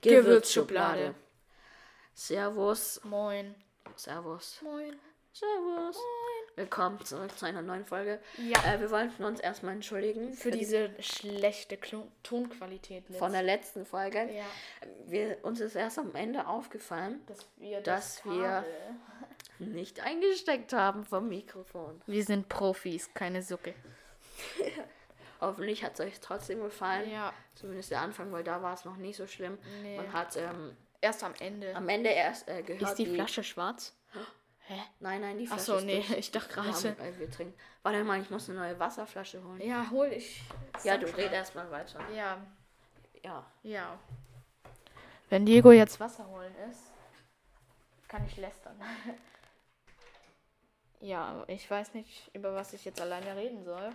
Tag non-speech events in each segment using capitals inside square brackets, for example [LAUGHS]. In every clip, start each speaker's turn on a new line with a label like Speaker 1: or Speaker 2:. Speaker 1: Gewürzschublade.
Speaker 2: Servus.
Speaker 1: Moin.
Speaker 2: Servus.
Speaker 1: Moin.
Speaker 2: Servus. Willkommen zurück zu einer neuen Folge.
Speaker 1: Ja.
Speaker 2: Äh, wir wollten uns erstmal entschuldigen
Speaker 1: Für diese schlechte Klo Tonqualität
Speaker 2: die,
Speaker 1: jetzt.
Speaker 2: von der letzten Folge.
Speaker 1: ja,
Speaker 2: Wir, uns ist erst am Ende aufgefallen,
Speaker 1: dass wir
Speaker 2: Dass wir-
Speaker 1: Kabel-
Speaker 2: nicht eingesteckt haben vom Mikrofon.
Speaker 1: Wir sind Profis, keine Sucke.
Speaker 2: Hoffentlich hat es euch trotzdem gefallen.
Speaker 1: Ja.
Speaker 2: Zumindest der Anfang, weil da war es noch nicht so schlimm.
Speaker 1: Nee.
Speaker 2: Man hat ähm,
Speaker 1: Erst am Ende.
Speaker 2: am Ende erst äh, gehört.
Speaker 1: ist die
Speaker 2: wie-
Speaker 1: Flasche schwarz? Hä?
Speaker 2: Nein, nein, die Flasche.
Speaker 1: Achso,
Speaker 2: ist
Speaker 1: nee,
Speaker 2: durch.
Speaker 1: ich dachte
Speaker 2: Wir
Speaker 1: gerade.
Speaker 2: haben, äh, wir trinken. Warte mal, ich muss eine neue Wasserflasche holen.
Speaker 1: Ja, hol ich.
Speaker 2: Ja,
Speaker 1: Sag
Speaker 2: du
Speaker 1: schon
Speaker 2: red
Speaker 1: mal.
Speaker 2: erstmal weiter.
Speaker 1: Ja,
Speaker 2: Ja.
Speaker 1: ja. Wenn Diego jetzt Wasser holen ist, kann ich lästern. [LAUGHS] ja, ich weiß nicht, über was ich jetzt alleine reden soll.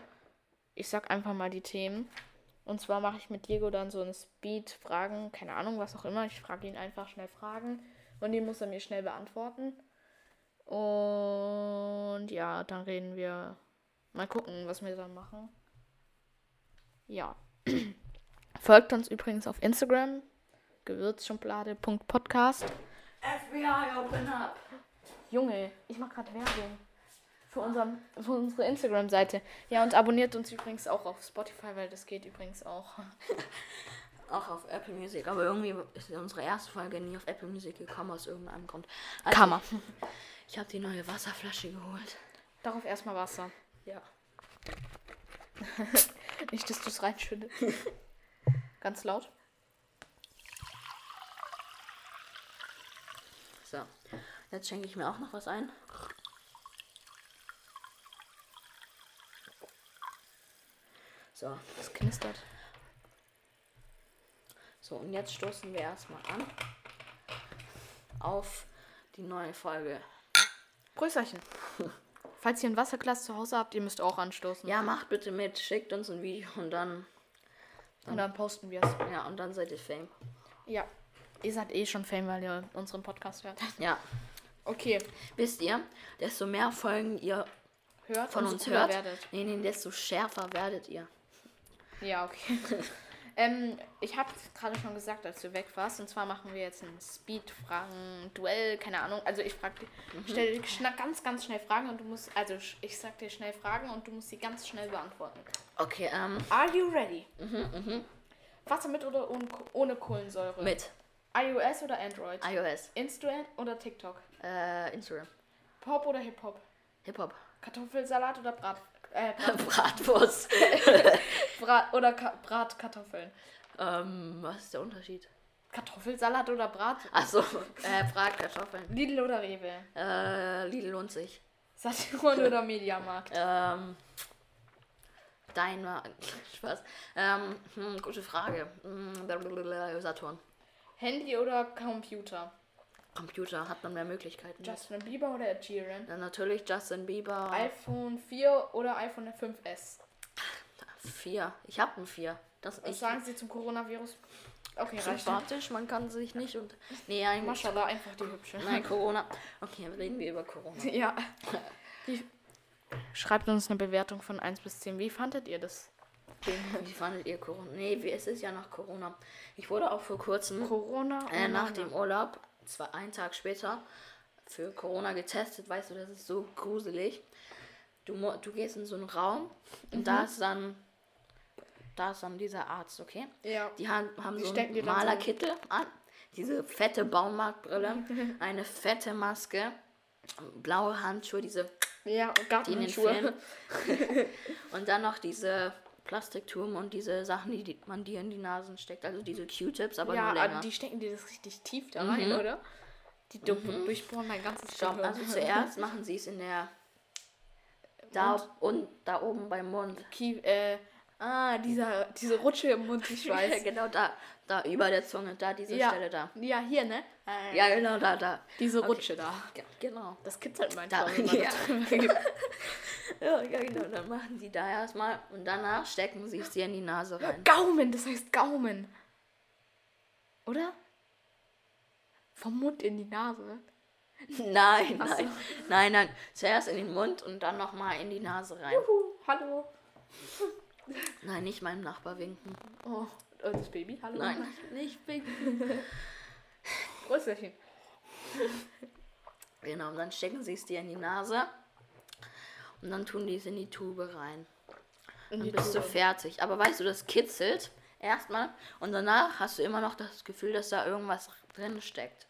Speaker 1: Ich sag einfach mal die Themen. Und zwar mache ich mit Diego dann so eine Speed-Fragen, keine Ahnung, was auch immer. Ich frage ihn einfach schnell Fragen und die muss er mir schnell beantworten. Und ja, dann reden wir. Mal gucken, was wir dann machen. Ja. Folgt uns übrigens auf Instagram, gewürzschublade.podcast.
Speaker 2: FBI, open up!
Speaker 1: Junge, ich mache gerade Werbung für, unseren, für unsere Instagram-Seite. Ja, und abonniert uns übrigens auch auf Spotify, weil das geht übrigens auch. Also
Speaker 2: Auch auf Apple Music, aber irgendwie ist unsere erste Folge nie auf Apple Music gekommen, aus irgendeinem Grund. Also,
Speaker 1: Kammer.
Speaker 2: Ich habe die neue Wasserflasche geholt.
Speaker 1: Darauf erstmal Wasser.
Speaker 2: Ja.
Speaker 1: Nicht, dass du es [LAUGHS] reinschüttest. Ganz laut.
Speaker 2: So. Jetzt schenke ich mir auch noch was ein. So.
Speaker 1: Das knistert.
Speaker 2: So, und jetzt stoßen wir erstmal an auf die neue Folge.
Speaker 1: Größerchen. Falls ihr ein Wasserglas zu Hause habt, ihr müsst auch anstoßen.
Speaker 2: Ja, macht bitte mit, schickt uns ein Video und dann
Speaker 1: Und dann posten wir es.
Speaker 2: ja, und dann seid ihr Fame.
Speaker 1: Ja. Ihr seid eh schon Fame, weil ihr unseren Podcast [LAUGHS] hört.
Speaker 2: Ja.
Speaker 1: Okay.
Speaker 2: Wisst ihr, desto mehr Folgen ihr
Speaker 1: Hört
Speaker 2: von
Speaker 1: und
Speaker 2: uns
Speaker 1: cooler
Speaker 2: hört, nee, nee, desto schärfer werdet ihr.
Speaker 1: Ja, okay. ähm, ich habe gerade schon gesagt, als du weg warst. Und zwar machen wir jetzt ein Speed-Fragen-Duell. Keine Ahnung. Also ich frage dir, stell dir schna- ganz, ganz schnell Fragen und du musst, also sch- ich sag dir schnell Fragen und du musst sie ganz schnell beantworten.
Speaker 2: Okay, ähm,
Speaker 1: Are you ready? Wasser mit oder ohne, ohne Kohlensäure?
Speaker 2: mit
Speaker 1: iOS oder Android?
Speaker 2: iOS,
Speaker 1: Instagram oder TikTok?
Speaker 2: äh, Instagram,
Speaker 1: Pop oder Hip-Hop?
Speaker 2: Hip-Hop, [LAUGHS]
Speaker 1: Kartoffelsalat oder Brat, äh, Brat,
Speaker 2: Bratwurst. [LAUGHS]
Speaker 1: Brat oder Ka Bratkartoffeln?
Speaker 2: ähm, was ist der Unterschied?
Speaker 1: Kartoffelsalat oder Brat? [LAUGHS]
Speaker 2: Achso, äh, Bratkartoffeln.
Speaker 1: Lidl oder Rewe?
Speaker 2: Äh, Lidl lohnt sich.
Speaker 1: Saturn oder Mediamarkt?
Speaker 2: Ähm, dein war [LAUGHS] Spaß. Ähm, hm, gute Frage. Hm, blablabla, Saturn.
Speaker 1: Handy oder Computer?
Speaker 2: Computer hat man mehr Möglichkeiten.
Speaker 1: Justin Bieber oder Ed Sheeran?
Speaker 2: Dann natürlich Justin Bieber.
Speaker 1: iPhone 4 oder iPhone 5S?
Speaker 2: Vier. Ich habe ein Vier. Das
Speaker 1: Was
Speaker 2: ich
Speaker 1: sagen Sie zum Coronavirus? Okay, reicht.
Speaker 2: sympathisch. Man kann sich nicht und nee eigentlich.
Speaker 1: Maschallah, einfach die hübsche.
Speaker 2: Nein Corona. Okay, reden wir über Corona.
Speaker 1: [LAUGHS] Ja. Schreibt uns eine Bewertung von 1 bis 10. Wie fandet ihr das?
Speaker 2: Wie fandet ihr Corona? Nee, wie- es ist ja noch Corona. Ich wurde auch vor kurzem
Speaker 1: Corona?
Speaker 2: äh,
Speaker 1: oh
Speaker 2: nach
Speaker 1: nein.
Speaker 2: dem Urlaub, zwar einen Tag später, für Corona getestet. Weißt du, das ist so gruselig. Du, mu- du gehst in so einen Raum
Speaker 1: Mhm.
Speaker 2: und da ist dann da ist dann dieser Arzt, okay?
Speaker 1: Ja.
Speaker 2: Die haben, haben
Speaker 1: Die
Speaker 2: so
Speaker 1: stecken dir
Speaker 2: einen
Speaker 1: dann so-
Speaker 2: Malerkittel an, diese fette
Speaker 1: [LAUGHS]
Speaker 2: Baumarktbrille, eine fette Maske, blaue Handschuhe, diese
Speaker 1: Ja, und
Speaker 2: die in den
Speaker 1: Gartenschuhe.
Speaker 2: Filmen. [LAUGHS] und dann noch diese Plastiktürme und diese Sachen, die, die man dir in die Nasen steckt. Also diese Q-Tips, aber
Speaker 1: Ja,
Speaker 2: nur länger. Mhm.
Speaker 1: aber die stecken dir das richtig tief da rein, oder? Die dumpen durchbohren mein ganzes
Speaker 2: Stopp.
Speaker 1: Gehirn.
Speaker 2: Also
Speaker 1: [LAUGHS]
Speaker 2: zuerst machen sie es in der... Da und da oben beim Mund.
Speaker 1: Ki äh, ah, dieser, diese Rutsche im Mund,
Speaker 2: [LAUGHS]
Speaker 1: ich weiß.
Speaker 2: genau da. Da über der Zunge. Da, diese
Speaker 1: ja.
Speaker 2: Stelle da.
Speaker 1: Ja, hier, ne?
Speaker 2: Ja, genau da, da.
Speaker 1: Diese Rutsche da.
Speaker 2: Ja, genau.
Speaker 1: Das kitzelt mein
Speaker 2: Da,
Speaker 1: Traum, wenn man
Speaker 2: ja.
Speaker 1: das
Speaker 2: [LAUGHS]
Speaker 1: drüber geht.
Speaker 2: Ja, ja, genau. Dann machen sie da erstmal und danach stecken sie es dir in die Nase rein.
Speaker 1: Gaumen, das heißt Gaumen. Oder? Vom Mund in die Nase.
Speaker 2: [LAUGHS] Nein, nein. Nein, nein. Zuerst in den Mund und dann nochmal in die Nase rein.
Speaker 1: Juhu, hallo.
Speaker 2: Nein, nicht meinem Nachbar winken.
Speaker 1: Oh, und das Baby? Hallo?
Speaker 2: Nein, nicht winken.
Speaker 1: Großlächeln.
Speaker 2: Genau, und dann stecken sie es dir in die Nase und dann tun die es in die Tube rein.
Speaker 1: Und
Speaker 2: Dann bist du fertig. Aber weißt du, das kitzelt erstmal und danach hast du immer noch das Gefühl, dass da irgendwas drin steckt.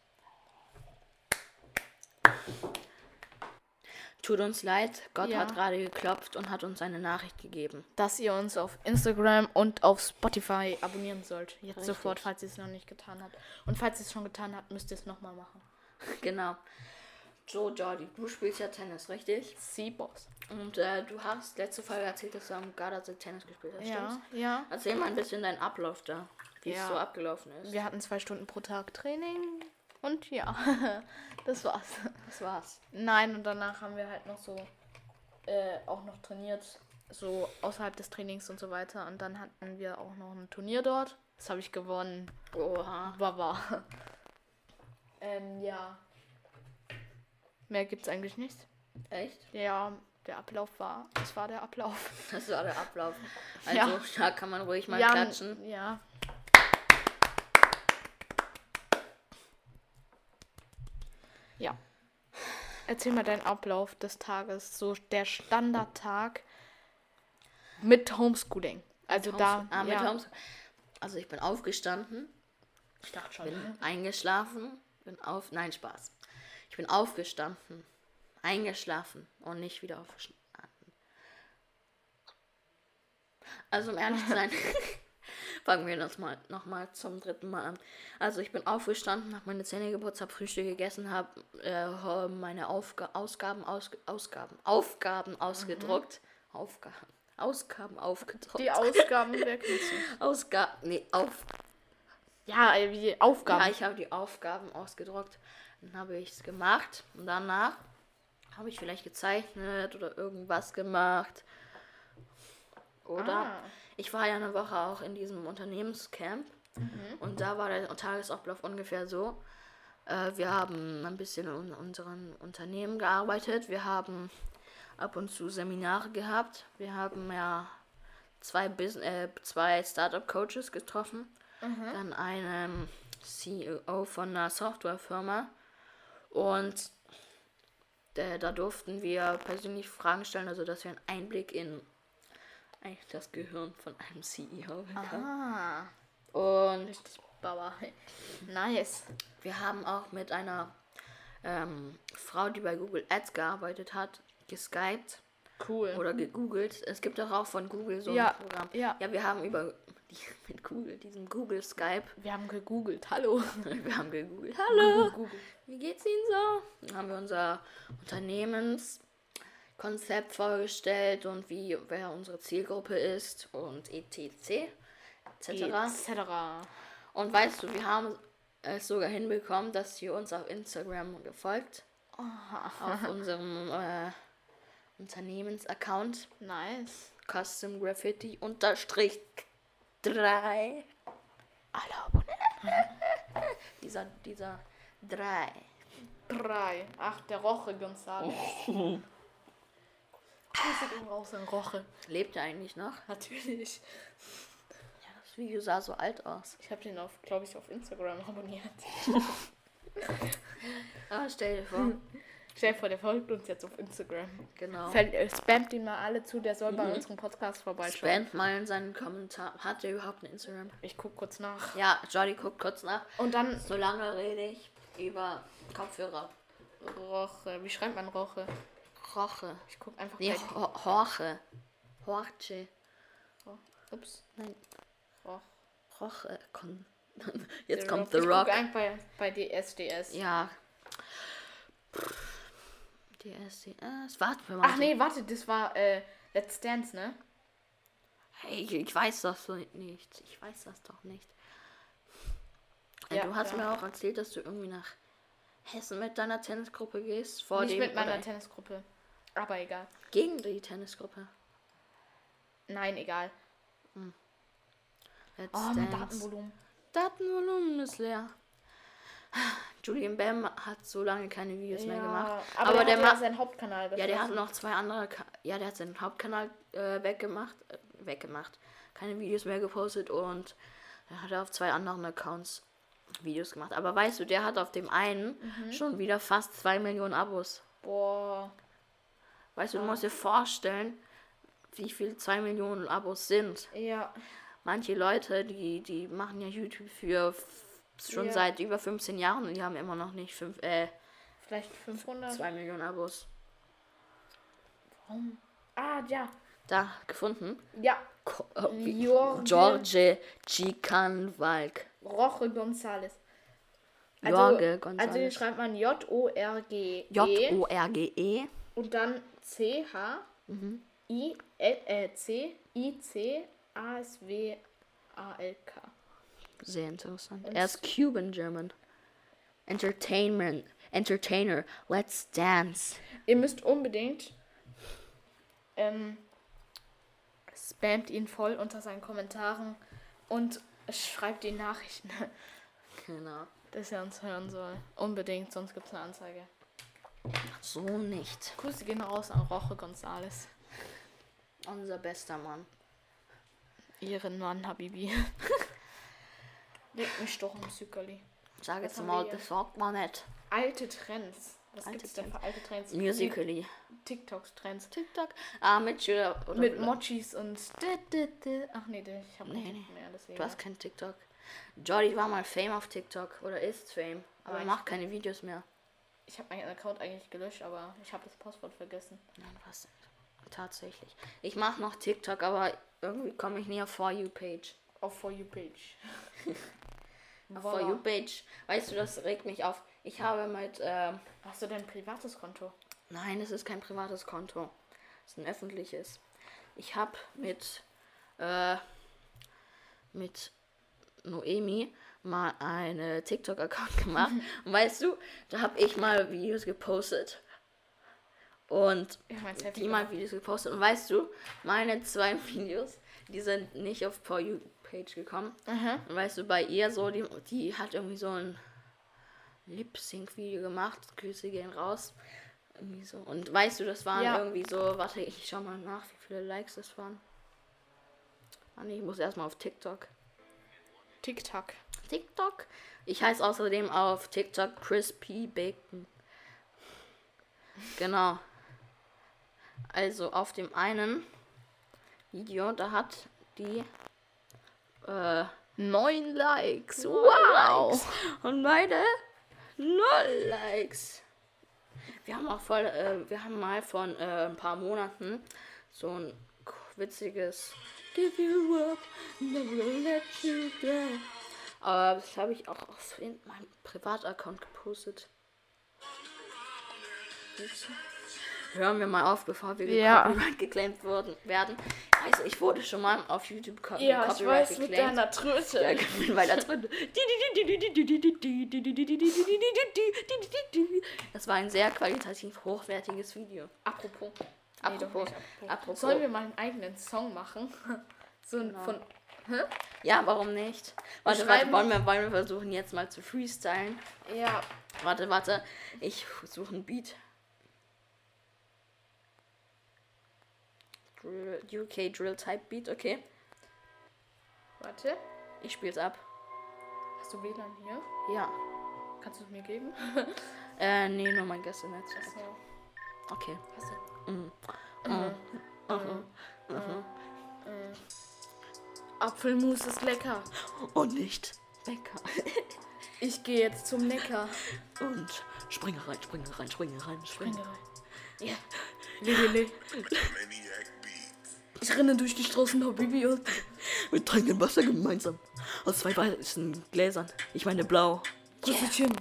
Speaker 2: Tut uns leid, Gott
Speaker 1: Ja.
Speaker 2: hat gerade geklopft und hat uns eine Nachricht gegeben.
Speaker 1: dass ihr uns auf Instagram und auf Spotify abonnieren sollt. Jetzt
Speaker 2: Richtig.
Speaker 1: sofort, falls ihr es noch nicht getan habt. Und falls ihr es schon getan habt, müsst ihr es nochmal machen.
Speaker 2: Genau. So, Jordi, du spielst ja Tennis, richtig?
Speaker 1: Seaboss.
Speaker 2: Und äh, du hast letzte Folge erzählt, dass du am Gardasee Tennis gespielt hast,
Speaker 1: Ja,
Speaker 2: stimmt's?
Speaker 1: ja.
Speaker 2: Erzähl mal ein bisschen deinen Ablauf da, wie es
Speaker 1: Ja.
Speaker 2: so abgelaufen ist.
Speaker 1: Wir hatten zwei Stunden pro Tag Training und ja, [LAUGHS] das war's.
Speaker 2: Das war's.
Speaker 1: Nein, und danach haben wir halt noch so äh, auch noch trainiert, so außerhalb des Trainings und so weiter. Und dann hatten wir auch noch ein Turnier dort. Das habe ich gewonnen.
Speaker 2: Oha.
Speaker 1: Baba. [LAUGHS] Ähm, ja. Mehr gibt's eigentlich nicht.
Speaker 2: Echt?
Speaker 1: Ja, der Ablauf war. Es war der Ablauf.
Speaker 2: Das war der
Speaker 1: [LAUGHS]
Speaker 2: Ablauf. Also,
Speaker 1: Ja.
Speaker 2: da kann man ruhig mal
Speaker 1: ja,
Speaker 2: klatschen.
Speaker 1: ja. Ja. Erzähl mal deinen Ablauf des Tages, so der Standardtag mit Homeschooling. Also da.
Speaker 2: Homes- ah, mit
Speaker 1: ja.
Speaker 2: Homes- Also, ich bin aufgestanden,
Speaker 1: Ich dachte schon.
Speaker 2: bin eingeschlafen, bin auf. Nein, Spaß. Ich bin aufgestanden, eingeschlafen und nicht wieder aufgestanden. Also, um ehrlich zu sein, fangen wir das mal nochmal zum dritten Mal an. Also, ich bin aufgestanden, habe meine Zähne geputzt, habe Frühstück gegessen, habe äh, meine Aufga Ausgaben, ausge Ausgaben, Aufgaben ausgedruckt. Aufgaben. Ausgaben aufgedruckt.
Speaker 1: Die Ausgaben wirklich.
Speaker 2: Ausgaben. Nee, auf,
Speaker 1: Ja, äh, wie Aufgaben.
Speaker 2: Ja, ich habe die Aufgaben ausgedruckt. Dann habe ich es gemacht. Und danach habe ich vielleicht gezeichnet oder irgendwas gemacht. Oder
Speaker 1: Ah.
Speaker 2: ich war ja eine Woche auch in diesem Unternehmenscamp.
Speaker 1: Mhm.
Speaker 2: Und da war der Tagesablauf ungefähr so. Äh, wir haben ein bisschen in unseren Unternehmen gearbeitet. Wir haben ab und zu Seminare gehabt. Wir haben ja zwei, Bus- äh, zwei Startup-Coaches getroffen. Dann einen CEO von einer Softwarefirma. Und äh, da durften wir persönlich Fragen stellen, also dass wir einen Einblick in eigentlich das Gehirn von einem CEO bekamen.
Speaker 1: Ah.
Speaker 2: Und
Speaker 1: Richtig Baba. Nice.
Speaker 2: Wir haben auch mit einer ähm, Frau, die bei Google Ads gearbeitet hat, geskypt
Speaker 1: Cool.
Speaker 2: oder gegoogelt. Es gibt auch, auch von Google so
Speaker 1: Ja,
Speaker 2: ein Programm.
Speaker 1: ja.
Speaker 2: ja, wir haben über die, [LAUGHS] mit Google, diesem Google Skype, [LAUGHS]
Speaker 1: wir haben gegoogelt. Hallo.
Speaker 2: wir haben gegoogelt. Hallo,
Speaker 1: Google.
Speaker 2: wie geht's Ihnen so? Dann haben wir unser Unternehmenskonzept vorgestellt und wie wer unsere Zielgruppe ist und etc. etc.
Speaker 1: Etc.
Speaker 2: Und weißt du, wir haben es sogar hinbekommen, dass ihr uns auf Instagram gefolgt. Auf unserem äh, Unternehmensaccount
Speaker 1: Nice.
Speaker 2: Custom Graffiti unterstrich 3. Alle Abonnenten. [LAUGHS] dieser, dieser 3.
Speaker 1: Drei. Ach, der Roche Gonzales.
Speaker 2: Oh.
Speaker 1: Grüße gehen raus an Roche.
Speaker 2: Lebt er eigentlich noch?
Speaker 1: Natürlich.
Speaker 2: Ja, das Video sah so alt aus.
Speaker 1: Ich habe den auf, glaube ich, auf Instagram abonniert.
Speaker 2: Ah, stell dir vor.
Speaker 1: Stell dir vor, der folgt uns jetzt auf Instagram.
Speaker 2: genau. Mhm.
Speaker 1: Fällt- äh, Spamt ihn mal alle zu, der soll bei unserem Podcast vorbeischauen.
Speaker 2: Spend mal in seinen Kommentaren. Hat er überhaupt ein Instagram?
Speaker 1: Ich guck kurz nach.
Speaker 2: Ja, Jordi guckt kurz nach.
Speaker 1: Und dann
Speaker 2: So lange rede ich über Kopfhörer.
Speaker 1: Roche. Wie schreibt man Roche?
Speaker 2: Roche.
Speaker 1: Ich guck einfach
Speaker 2: Nee,
Speaker 1: bei-
Speaker 2: Ho- Horche. Horche.
Speaker 1: Ups.
Speaker 2: Nein,
Speaker 1: Roche.
Speaker 2: Roche. Komm. [LAUGHS] Jetzt
Speaker 1: Der
Speaker 2: kommt
Speaker 1: Rock.
Speaker 2: The
Speaker 1: ich guck
Speaker 2: Rock.
Speaker 1: einfach bei, bei DSDS.
Speaker 2: Ja. DS, DS. Warte mal.
Speaker 1: Ach nee, warte, das war äh, Let's Dance, ne?
Speaker 2: Hey, ich- ich weiß das so nicht. Ich weiß das doch nicht. Äh,
Speaker 1: Ja,
Speaker 2: du hast
Speaker 1: ja.
Speaker 2: mir auch erzählt, dass du irgendwie nach Hessen mit deiner Tennisgruppe gehst. Vor
Speaker 1: Nicht
Speaker 2: dem,
Speaker 1: mit meiner
Speaker 2: oder
Speaker 1: Tennisgruppe. Aber egal.
Speaker 2: Gegen die Tennisgruppe.
Speaker 1: Nein, egal.
Speaker 2: Let's
Speaker 1: Oh, mein
Speaker 2: Dance.
Speaker 1: Datenvolumen.
Speaker 2: Datenvolumen ist leer. Julian Bam hat so lange keine Videos mehr gemacht.
Speaker 1: Aber,
Speaker 2: Aber
Speaker 1: der,
Speaker 2: der
Speaker 1: hat ja
Speaker 2: ma-
Speaker 1: seinen Hauptkanal
Speaker 2: Ja, der hat
Speaker 1: geschlossen.
Speaker 2: noch zwei andere. Ka ja, der hat seinen Hauptkanal äh, weggemacht. Äh, weggemacht. Keine Videos mehr gepostet und dann hat er auf zwei anderen Accounts Videos gemacht. Aber weißt du, der hat auf dem einen schon wieder fast zwei Millionen Abos.
Speaker 1: Boah.
Speaker 2: Weißt du, du musst dir vorstellen, wie viel zwei Millionen Abos sind.
Speaker 1: Ja.
Speaker 2: Manche Leute, die, die machen ja YouTube für f- schon
Speaker 1: Ja.
Speaker 2: seit über 15 Jahren und die haben immer noch nicht fünf, äh,
Speaker 1: Vielleicht 500.
Speaker 2: zwei Millionen Abos.
Speaker 1: Warum? Ah, ja.
Speaker 2: Da, gefunden.
Speaker 1: Ja.
Speaker 2: Ko- äh, wie-
Speaker 1: Jorge-
Speaker 2: Jorge Chicanvalk.
Speaker 1: Roche Gonzales.
Speaker 2: Jorge
Speaker 1: Also hier
Speaker 2: González.
Speaker 1: schreibt man J-O-R-G-E.
Speaker 2: J-O-R-G-E.
Speaker 1: Und dann C H I L äh, C I C A S W A L K.
Speaker 2: Sehr interessant. Er ist Cuban German. Entertainment. Entertainer. Let's dance.
Speaker 1: Ihr müsst unbedingt ähm, spamt ihn voll unter seinen Kommentaren und schreibt ihm Nachrichten,
Speaker 2: Genau.
Speaker 1: dass er uns hören soll. Unbedingt, sonst gibt es eine Anzeige.
Speaker 2: So nicht.
Speaker 1: Grüße gehen raus an Roche Gonzales.
Speaker 2: Unser bester Mann.
Speaker 1: Ihren Mann,
Speaker 2: [LAUGHS]
Speaker 1: Habibi. Leg mich doch um, im Zuckerli.
Speaker 2: Sag
Speaker 1: Das
Speaker 2: jetzt
Speaker 1: haben
Speaker 2: mal,
Speaker 1: wir.
Speaker 2: das sagt man nicht.
Speaker 1: Alte Trends. Was
Speaker 2: Alte
Speaker 1: gibt's denn
Speaker 2: Trends.
Speaker 1: für alte Trends?
Speaker 2: Musically.
Speaker 1: TikTok-Trends.
Speaker 2: TikTok. Ah, mit Schüler. Oder
Speaker 1: Mit Mochis und. d- d- d- Ach nee, d- ich hab
Speaker 2: Nee,
Speaker 1: keinen Bock
Speaker 2: nee.
Speaker 1: mehr, deswegen.
Speaker 2: Du hast kein TikTok. Jordi war mal Fame auf TikTok. Oder ist Fame. Aber
Speaker 1: Weiß.
Speaker 2: macht keine Videos mehr.
Speaker 1: Ich habe meinen Account eigentlich gelöscht, aber ich habe das Passwort vergessen.
Speaker 2: Nein, was? Tatsächlich. Ich mache noch TikTok, aber irgendwie komme ich nie auf For You Page.
Speaker 1: Auf For
Speaker 2: [LAUGHS]
Speaker 1: You Page.
Speaker 2: Auf
Speaker 1: Voila.
Speaker 2: For You Page. Weißt du, das regt mich auf. Ich habe mit. ähm,
Speaker 1: Hast du dein privates Konto?
Speaker 2: nein, es ist kein privates Konto. Es ist ein öffentliches. Ich habe mit. Äh, mit Noemi mal einen TikTok-Account [LAUGHS] gemacht. Und weißt du, da habe ich mal Videos gepostet. Und
Speaker 1: Ich halt mein Selfie.
Speaker 2: die mal Videos gepostet. Und weißt du, meine zwei [LAUGHS] Videos, die sind nicht auf For You Page gekommen.
Speaker 1: Aha.
Speaker 2: Und weißt du, bei ihr so, die, die hat irgendwie so ein Lip Sync Video gemacht. Grüße gehen raus. Irgendwie so. Und weißt du, das waren
Speaker 1: Ja.
Speaker 2: irgendwie so, warte, ich schau mal nach, wie viele Likes das waren. Ah, nee, ich muss erstmal auf TikTok.
Speaker 1: TikTok.
Speaker 2: TikTok. Ich heiße außerdem auf TikTok Crispy Bacon. Genau. Also auf dem einen Video, da hat die äh,
Speaker 1: Neun Likes.
Speaker 2: wow! Und meine null Likes. Wir haben auch voll, äh, wir haben mal von äh, ein paar Monaten so ein k- witziges Give you up, never let you down. Aber das habe ich auch auf in meinem Privataccount gepostet. Jetzt Hören wir mal auf, bevor wir
Speaker 1: Ja.
Speaker 2: gecopyright geclaimed wurden, werden. Also ich wurde schon mal auf YouTube co-
Speaker 1: Ja, ich
Speaker 2: copyright
Speaker 1: weiß, mit
Speaker 2: geclaimed.
Speaker 1: deiner Tröte.
Speaker 2: Ja, gefühlt, weil da drin. Das war ein sehr qualitativ hochwertiges Video.
Speaker 1: Apropos. Nee, doch
Speaker 2: Apropos.
Speaker 1: nicht apropos. Genau.
Speaker 2: apropos.
Speaker 1: Sollen wir mal einen eigenen Song machen? [LAUGHS] So ein von.
Speaker 2: Ja, warum nicht? Warte, warte,
Speaker 1: schreiben-
Speaker 2: wollen wir, wollen wir versuchen jetzt mal zu freestylen?
Speaker 1: Ja.
Speaker 2: Warte, warte. Ich suche ein Beat. Drill- UK Drill Type Beat, okay.
Speaker 1: Warte.
Speaker 2: Ich spiel's ab.
Speaker 1: Hast du WLAN hier?
Speaker 2: Ja.
Speaker 1: Kannst du es mir geben?
Speaker 2: Äh, nee, nur mein Gästenetz.
Speaker 1: Achso.
Speaker 2: Okay.
Speaker 1: Hast du. Mhm. Apfelmus ist lecker.
Speaker 2: Und nicht. Wecker.
Speaker 1: Ich gehe jetzt zum Neckar.
Speaker 2: [LAUGHS] Und springe rein, springe rein, springe rein, springe.
Speaker 1: Springerei. Ja. Lelele. Ich renne durch die Straßen, Habibi und.
Speaker 2: Wir trinken Wasser gemeinsam. Aus zwei weißen Gläsern. Ich meine blau.
Speaker 1: Grüßchen.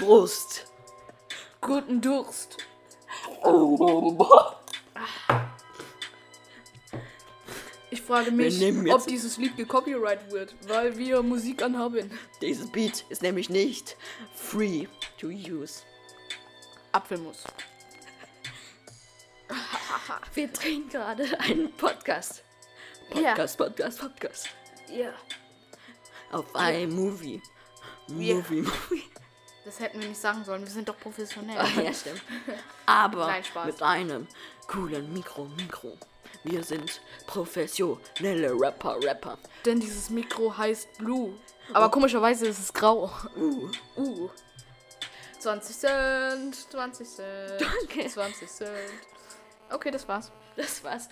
Speaker 2: Brust. [LAUGHS]
Speaker 1: Guten Durst. Ich frage mich,
Speaker 2: nehmen jetzt-
Speaker 1: ob dieses Lied gecopyright wird, weil wir Musik anhaben.
Speaker 2: Dieses Beat ist nämlich nicht free to use.
Speaker 1: Apfelmus.
Speaker 2: Wir drehen gerade einen Podcast. Podcast, Podcast, Podcast.
Speaker 1: Ja.
Speaker 2: Auf iMovie.
Speaker 1: Wir-
Speaker 2: Movie, Movie.
Speaker 1: Das hätten wir nicht sagen sollen. Wir sind doch professionell.
Speaker 2: Ah, [LAUGHS] ja, stimmt. Aber
Speaker 1: Nein, Spaß.
Speaker 2: mit einem coolen Mikro, Mikro. Wir sind professionelle Rapper, Rapper.
Speaker 1: [LAUGHS] Denn dieses Mikro heißt Blue. Aber komischerweise ist es grau.
Speaker 2: Uh, uh.
Speaker 1: 20 Cent, 20 Cent.
Speaker 2: Danke.
Speaker 1: 20 Cent. Okay, das war's.
Speaker 2: Das war's.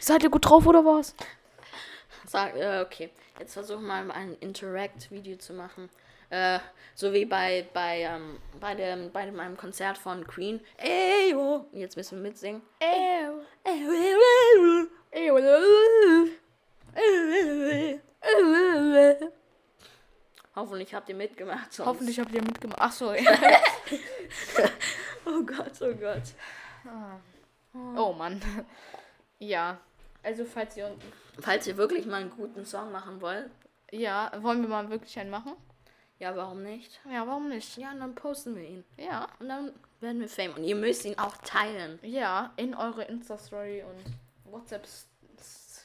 Speaker 1: Seid ihr gut drauf oder was?
Speaker 2: Sag, äh, okay. Jetzt versuch mal ein Interact-Video zu machen. Äh, so wie bei, bei, ähm, bei, dem, bei meinem Konzert von Queen. Ey, oh. Jetzt müssen wir mitsingen.
Speaker 1: Ew.
Speaker 2: Ey, oh, ey, oh. Hoffentlich habt ihr mitgemacht. Sonst.
Speaker 1: Hoffentlich habt ihr mitgemacht. Ach so.
Speaker 2: Oh Gott, oh Gott.
Speaker 1: oh Mann. Ja. Also falls ihr
Speaker 2: Falls ihr wirklich mal einen guten Song machen wollt,
Speaker 1: ja, wollen wir mal wirklich einen machen?
Speaker 2: ja, warum nicht?
Speaker 1: Ja, warum nicht?
Speaker 2: Ja, und dann posten wir ihn.
Speaker 1: Ja.
Speaker 2: Und dann werden wir Fame. Und ihr müsst ihn auch teilen.
Speaker 1: Ja, in eure Insta Story und WhatsApp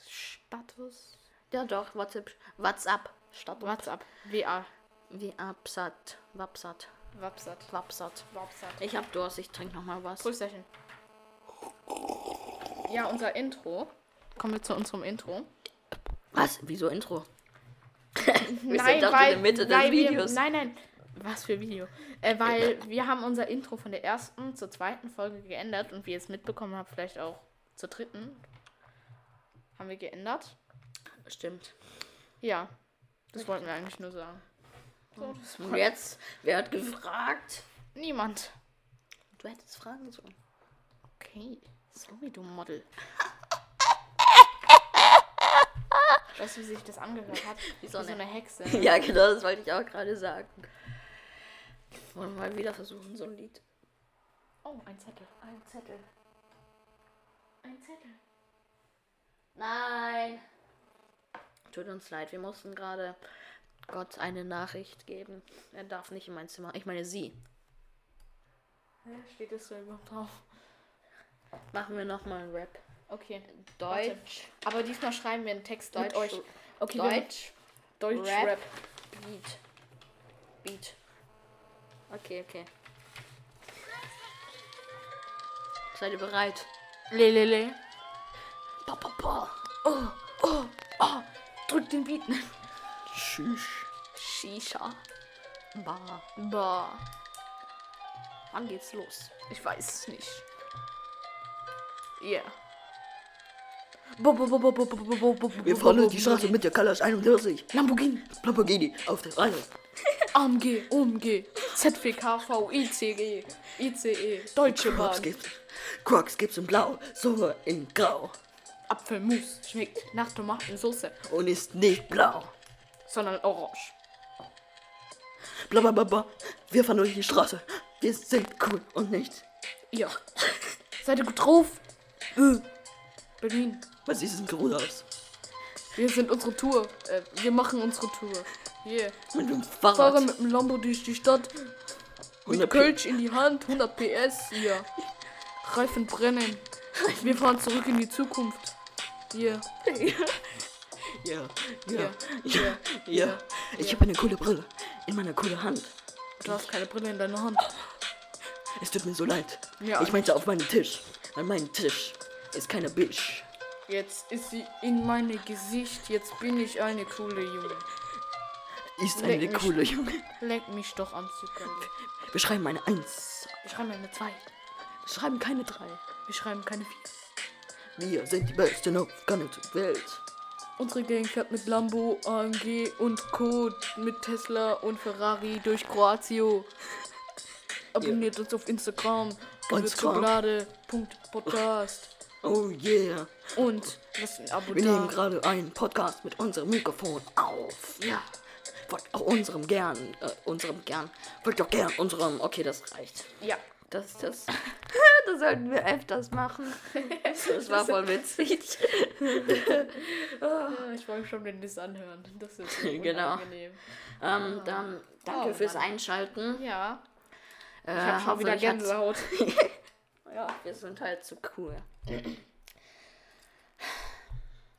Speaker 1: Status.
Speaker 2: Ja, doch, WhatsApp. WhatsApp. Statt
Speaker 1: WhatsApp. WA.
Speaker 2: Wie absat. Wapsat.
Speaker 1: Wapsat.
Speaker 2: Wapsat.
Speaker 1: Wapsat.
Speaker 2: Ich hab Durst, ich trinke nochmal was.
Speaker 1: Prüsterchen. Ja, unser Intro. Kommen wir zu unserem Intro.
Speaker 2: Was? Wieso Intro? [LAUGHS] wir sind doch in der Mitte
Speaker 1: weil
Speaker 2: des Videos.
Speaker 1: Wir, nein, nein. Was für Video? Äh, weil wir haben unser Intro von der ersten zur zweiten Folge geändert und wie ihr es mitbekommen habt, vielleicht auch zur dritten haben wir geändert.
Speaker 2: Stimmt.
Speaker 1: Ja, das wollten wir eigentlich nur sagen. So, Oh, das
Speaker 2: Und jetzt, wer hat gefragt?
Speaker 1: niemand.
Speaker 2: Du hättest fragen sollen.
Speaker 1: Okay, sorry, du [LAUGHS] Model. Weißt du, wie sich das angehört [LAUGHS] hat? Wie so
Speaker 2: so
Speaker 1: eine,
Speaker 2: eine
Speaker 1: Hexe.
Speaker 2: [LAUGHS] Ja, genau, das wollte ich auch gerade sagen. Wollen wir mal wieder versuchen, so ein Lied.
Speaker 1: Oh, ein Zettel.
Speaker 2: Ein Zettel.
Speaker 1: Ein Zettel.
Speaker 2: Nein. Tut uns leid, wir mussten gerade Gott eine Nachricht geben. Er darf nicht in mein Zimmer. Ich meine sie.
Speaker 1: Steht das so überhaupt drauf?
Speaker 2: Machen wir nochmal einen Rap.
Speaker 1: Okay.
Speaker 2: Deutsch.
Speaker 1: Aber diesmal schreiben wir einen Text mit
Speaker 2: Deutsch-
Speaker 1: euch. Okay, wir-
Speaker 2: Deutsch.
Speaker 1: Deutsch Rap.
Speaker 2: Rap. Beat. Beat. Okay, okay. Seid ihr bereit?
Speaker 1: Lelele.
Speaker 2: Pa, pa, pa.
Speaker 1: Oh, Drück den Beat.
Speaker 2: Tschüss. Shisha. Bah.
Speaker 1: Boah.
Speaker 2: Wann geht's los?
Speaker 1: Ich weiß es nicht. Yeah. Bo, bo, bo, bo, bo, bo, bo, bo, bo, bo,
Speaker 3: Wir fahren die Straße mit der Kalasch 41.
Speaker 1: Lamborghini.
Speaker 3: Lamborghini auf der Reihe.
Speaker 1: AMG, UMG, ZWK, VICG, ICE, E. Deutsche
Speaker 3: Quarks
Speaker 1: Bahn,
Speaker 3: gibt's. Quarks gibt's in Blau, so in Grau.
Speaker 1: Apfelmus schmeckt nach Tomatensauce,
Speaker 3: Und ist nicht blau.
Speaker 1: sondern orange.
Speaker 3: Blablabla. Wir fahren durch die Straße. Wir sind cool und nicht.
Speaker 1: Ja. Seid ihr gut drauf? Äh. Berlin,
Speaker 3: Was sieht denn cool aus?
Speaker 1: wir sind unsere Tour. Äh, wir machen unsere Tour. Yeah.
Speaker 3: Mit dem
Speaker 1: Fahre
Speaker 3: Fahrrad.
Speaker 1: mit dem Lambo durch die Stadt,
Speaker 3: 100 P.
Speaker 1: Kölsch in die Hand, 100 PS, ja. Reifen brennen. Wir fahren zurück in die Zukunft. Yeah.
Speaker 3: Ja,
Speaker 1: Ja.
Speaker 3: ja, ja, ja. Ich habe eine coole Brille. In meiner coole Hand.
Speaker 1: Du hast keine Brille in deiner Hand.
Speaker 3: Es tut mir so leid.
Speaker 1: Ja.
Speaker 3: Ich meinte auf meinen Tisch. An meinem Tisch ist keine Bitch.
Speaker 1: Jetzt ist sie in mein Gesicht. Jetzt bin ich eine coole Junge.
Speaker 3: Ist
Speaker 1: Leck
Speaker 3: eine
Speaker 1: mich.
Speaker 3: coole Junge.
Speaker 1: Leck mich doch am Zucker.
Speaker 3: Wir schreiben eine 1.
Speaker 1: Wir schreiben eine 2.
Speaker 3: Wir schreiben keine 3.
Speaker 1: Wir schreiben keine 4.
Speaker 3: Wir sind die Besten auf ganze Welt.
Speaker 1: Unsere Gang fährt mit Lambo, AMG und Co. mit Tesla und Ferrari durch Kroatio. Abonniert uns auf Instagram.
Speaker 3: Instagram.
Speaker 1: Gewürzschokolade.podcast.
Speaker 3: Oh yeah.
Speaker 1: Und lasst ein Abo
Speaker 3: Wir nehmen
Speaker 1: da.
Speaker 3: gerade einen Podcast mit unserem Mikrofon auf.
Speaker 2: Ja.
Speaker 3: Folgt auch unserem gern. Äh, unserem gern. Folgt auch gern unserem. Okay, das reicht.
Speaker 1: Ja.
Speaker 2: Das, das, [LAUGHS] das sollten wir öfters
Speaker 1: [LAUGHS]
Speaker 2: machen. Das war voll witzig.
Speaker 1: Äh, Ich wollte schon, wenn wir es anhören. Das ist so
Speaker 2: Genau.
Speaker 1: unangenehm.
Speaker 2: Ähm, dann danke
Speaker 1: Oh,
Speaker 2: fürs
Speaker 1: Mann.
Speaker 2: Einschalten.
Speaker 1: Ja.
Speaker 2: Äh,
Speaker 1: Ich habe schon wieder
Speaker 2: hoffentlich hat's-
Speaker 1: Gänsehaut.
Speaker 2: Ja, wir sind halt so cool.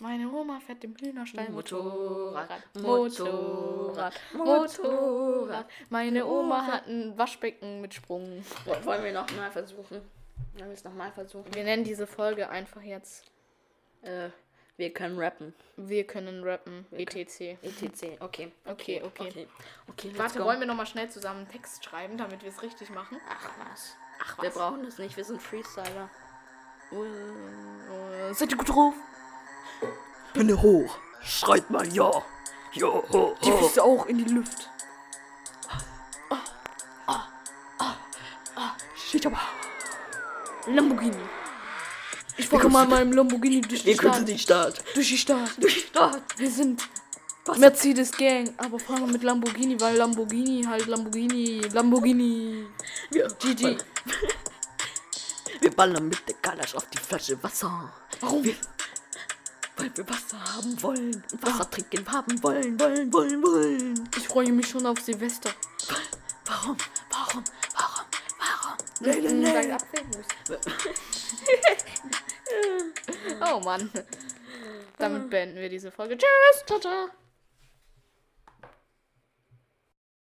Speaker 1: Meine Oma fährt im Hühnerstall
Speaker 2: Motorrad,
Speaker 1: Motorrad, Motorrad. Motorrad. Meine Oma hat ein Waschbecken mit Sprung.
Speaker 2: Wollen wir nochmal versuchen? Wollen wir es nochmal versuchen?
Speaker 1: Wir nennen diese Folge einfach jetzt
Speaker 2: Äh, wir können rappen.
Speaker 1: Wir können rappen, E etc.
Speaker 2: ETC, okay.
Speaker 1: Okay, okay.
Speaker 2: Okay, okay let's
Speaker 1: Warte,
Speaker 2: go.
Speaker 1: wollen wir nochmal schnell zusammen einen Text schreiben, damit wir es richtig machen?
Speaker 2: Ach was. Ach, wir brauchen das nicht, wir sind Freestyler.
Speaker 1: Äh, Seid ihr gut drauf?
Speaker 3: Hände hoch. Schreit mal ja. Ja. ho,
Speaker 1: Die
Speaker 3: ho.
Speaker 1: Füße auch in die Luft.
Speaker 3: Steht aber.
Speaker 1: Lamborghini. Ich
Speaker 3: Wir
Speaker 1: fahre mal
Speaker 3: grüßen-
Speaker 1: in meinem Lamborghini durch die
Speaker 3: Wir grüßen
Speaker 1: Stadt.
Speaker 3: die Stadt.
Speaker 1: Durch die Stadt.
Speaker 3: Die Stadt.
Speaker 1: Wir sind
Speaker 3: Was?
Speaker 1: Mercedes Gang, aber fahren wir mit Lamborghini, weil Lamborghini halt Lamborghini, Lamborghini.
Speaker 3: Wir,
Speaker 1: GG.
Speaker 3: [LAUGHS] wir ballern mit der Kalasch auf die Flasche Wasser.
Speaker 1: Warum?
Speaker 3: Wir, weil wir Wasser haben wollen. und Wasser trinken haben wollen, wollen, wollen, wollen.
Speaker 1: Ich freue mich schon auf Silvester.
Speaker 3: Warum? Warum? Warum? Warum?
Speaker 1: Nee,
Speaker 3: nee, nee.
Speaker 1: Dein Apfelmus. oh Mann. Damit beenden wir diese Folge. Tschüss, tata.